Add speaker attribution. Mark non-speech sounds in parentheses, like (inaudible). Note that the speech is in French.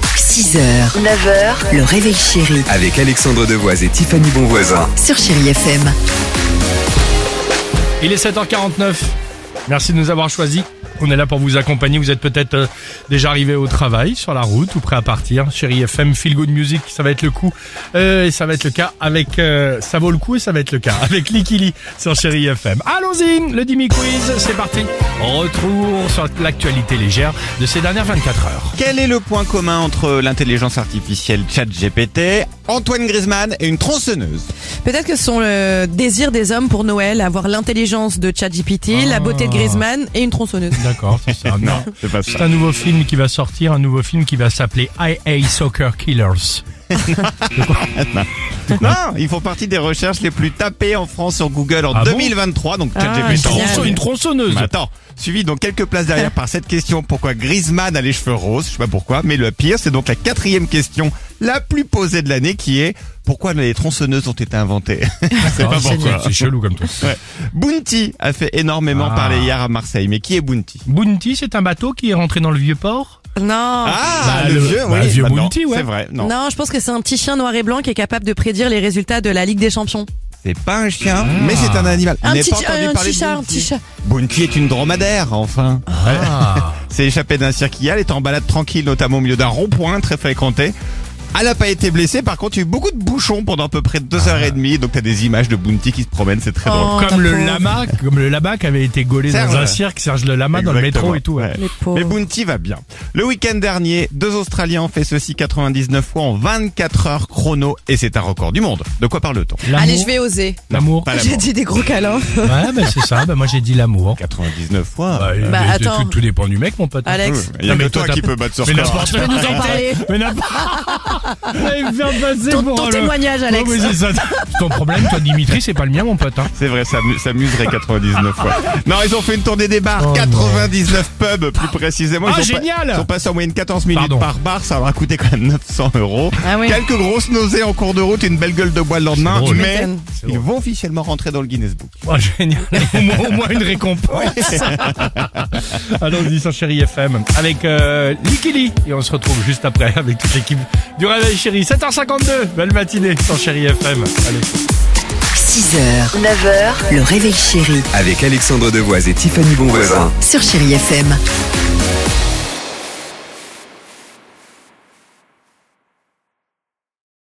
Speaker 1: 6h, 9h, le réveil chéri
Speaker 2: Avec Alexandre Devoise et Tiffany Bonvoisin.
Speaker 1: sur Chéri FM.
Speaker 3: Il est 7h49. Merci de nous avoir choisis. On est là pour vous accompagner. Vous êtes peut-être euh, déjà arrivé au travail, sur la route ou prêt à partir. Chérie FM, Feel Good Music, ça va être le coup. Euh, et ça va être le cas avec... euh, ça vaut le coup et ça va être le cas (laughs) avec Likili sur Chérie FM. Allons-y, le Dimi Quiz, c'est parti. Retour sur l'actualité légère de ces dernières 24 heures.
Speaker 4: Quel est le point commun entre l'intelligence artificielle ChatGPT, Antoine Griezmann et une tronçonneuse
Speaker 5: Peut-être que ce sont le désir des hommes pour Noël, avoir l'intelligence de ChatGPT,
Speaker 4: Ah.
Speaker 5: la beauté de Griezmann et une tronçonneuse.
Speaker 3: D'accord, c'est ça. Non.
Speaker 4: C'est pas
Speaker 3: C'est un nouveau film qui va sortir, un nouveau film qui va s'appeler IA Soccer Killers.
Speaker 4: (laughs) Non, ils font partie des recherches les plus tapées en France sur Google en
Speaker 3: Ah bon
Speaker 4: 2023. donc
Speaker 5: Ah,
Speaker 4: ChatGPT.
Speaker 5: génial.
Speaker 3: Tronçon- une tronçonneuse.
Speaker 4: Mais attends, suivi donc quelques places derrière par cette question pourquoi Griezmann a les cheveux roses Je sais pas pourquoi, mais le pire, c'est donc la quatrième question la plus posée de l'année qui est pourquoi les tronçonneuses ont été inventées (laughs) (laughs) C'est
Speaker 3: Ah,
Speaker 4: pas pourquoi.
Speaker 3: C'est chelou comme tout.
Speaker 4: Ouais. Bounty a fait énormément
Speaker 3: Ah.
Speaker 4: parler hier à Marseille, mais qui est Bounty
Speaker 3: Bounty, c'est un bateau qui est rentré dans le vieux port
Speaker 5: Non.
Speaker 4: Ah,
Speaker 3: Bah,
Speaker 4: le,
Speaker 3: le-
Speaker 4: vieux,
Speaker 3: bah,
Speaker 4: oui.
Speaker 3: vieux
Speaker 4: non,
Speaker 3: Bounty, ouais.
Speaker 4: C'est vrai, non.
Speaker 5: non. je pense que c'est un petit chien noir et blanc qui est capable de prédire les résultats de la Ligue des Champions.
Speaker 4: C'est pas un chien, mais c'est un animal.
Speaker 5: Ah. Un
Speaker 4: On n'est
Speaker 5: petit
Speaker 4: pas
Speaker 5: chi-
Speaker 4: entendu
Speaker 5: un
Speaker 4: parler
Speaker 5: petit
Speaker 4: de
Speaker 5: chat, un
Speaker 4: Bounty.
Speaker 5: petit chat.
Speaker 4: Bounty est une dromadaire, enfin.
Speaker 3: Ah.
Speaker 4: C'est échappé d'un cirque hier, elle était en balade tranquille, notamment au milieu d'un rond-point très fréquenté. Elle n'a pas été blessée, par contre, il y a eu beaucoup de bouchons pendant à peu près deux heures et demie, donc t'as des images de Bounty qui se promènent, c'est très
Speaker 5: Oh.
Speaker 4: drôle.
Speaker 5: ta
Speaker 3: Ah. Comme le
Speaker 5: pauvre.
Speaker 3: lama, comme le lama qui avait été gaulé dans
Speaker 4: Serge.
Speaker 3: un cirque, Serge le lama dans le métro
Speaker 4: Exactement,
Speaker 3: et tout. hein. ouais.
Speaker 4: ouais.
Speaker 5: Les pauvres.
Speaker 4: Mais Bounty va bien. Le week-end dernier, deux Australiens ont fait ceci 99 fois en 24 heures chrono, et c'est un record du monde. De quoi parle-t-on
Speaker 3: L'amour,
Speaker 5: Allez, je vais oser.
Speaker 3: L'amour.
Speaker 4: Pas
Speaker 5: (laughs) J'ai
Speaker 4: l'amour.
Speaker 5: dit des gros
Speaker 4: (laughs)
Speaker 5: câlins.
Speaker 3: Ouais, bah, c'est ça. Bah, moi, j'ai dit l'amour.
Speaker 4: 99 fois.
Speaker 3: euh,
Speaker 5: Bah,
Speaker 3: mais
Speaker 5: attends.
Speaker 3: Tout, tout dépend du mec, mon pote.
Speaker 5: Alex.
Speaker 4: Il y a
Speaker 3: Non,
Speaker 4: que
Speaker 3: mais
Speaker 4: toi
Speaker 3: t'as-
Speaker 4: qui peux battre ce
Speaker 3: Mais
Speaker 4: record.
Speaker 3: n'importe quoi,
Speaker 4: (laughs)
Speaker 5: Vous en parlez.
Speaker 3: Mais n'importe Il me fait passer
Speaker 5: Ton,
Speaker 3: pour
Speaker 5: ton
Speaker 3: le-
Speaker 5: témoignage,
Speaker 3: Ouais,
Speaker 5: Alex.
Speaker 3: mais c'est ça. Ton problème, toi, Dimitri, c'est pas le mien, mon pote. hein.
Speaker 4: C'est vrai, ça mu- ça muserait 99 fois. Non, ils ont fait une tournée des bars,
Speaker 3: Oh,
Speaker 4: 99 pubs plus précisément. Ils
Speaker 3: Ah,
Speaker 4: ont pas-
Speaker 3: génial
Speaker 4: Ils sont passés en moyenne 14 minutes
Speaker 3: Pardon.
Speaker 4: par bar, ça leur a coûté quand même 900 euros.
Speaker 5: Ah oui.
Speaker 4: Quelques grosses nausées en cours de route, une belle gueule de bois le lendemain,
Speaker 3: C'est drôle.
Speaker 4: mais
Speaker 5: M'étonne.
Speaker 3: C'est
Speaker 4: ils
Speaker 3: drôle.
Speaker 4: vont officiellement rentrer dans le Guinness Book.
Speaker 3: Oh, génial. (laughs) au, moins, au moins une récompense. Allons-y sur Chéri FM avec euh, Licky Lee. Et on se retrouve juste après avec toute l'équipe du Réveil Chéri. 7h52. Belle matinée sur Chéri FM. Allez.
Speaker 1: 6h, 9h, le réveil chéri
Speaker 2: Avec Alexandre Devoise et Tiffany Bonvoisin.
Speaker 1: sur Chéri FM.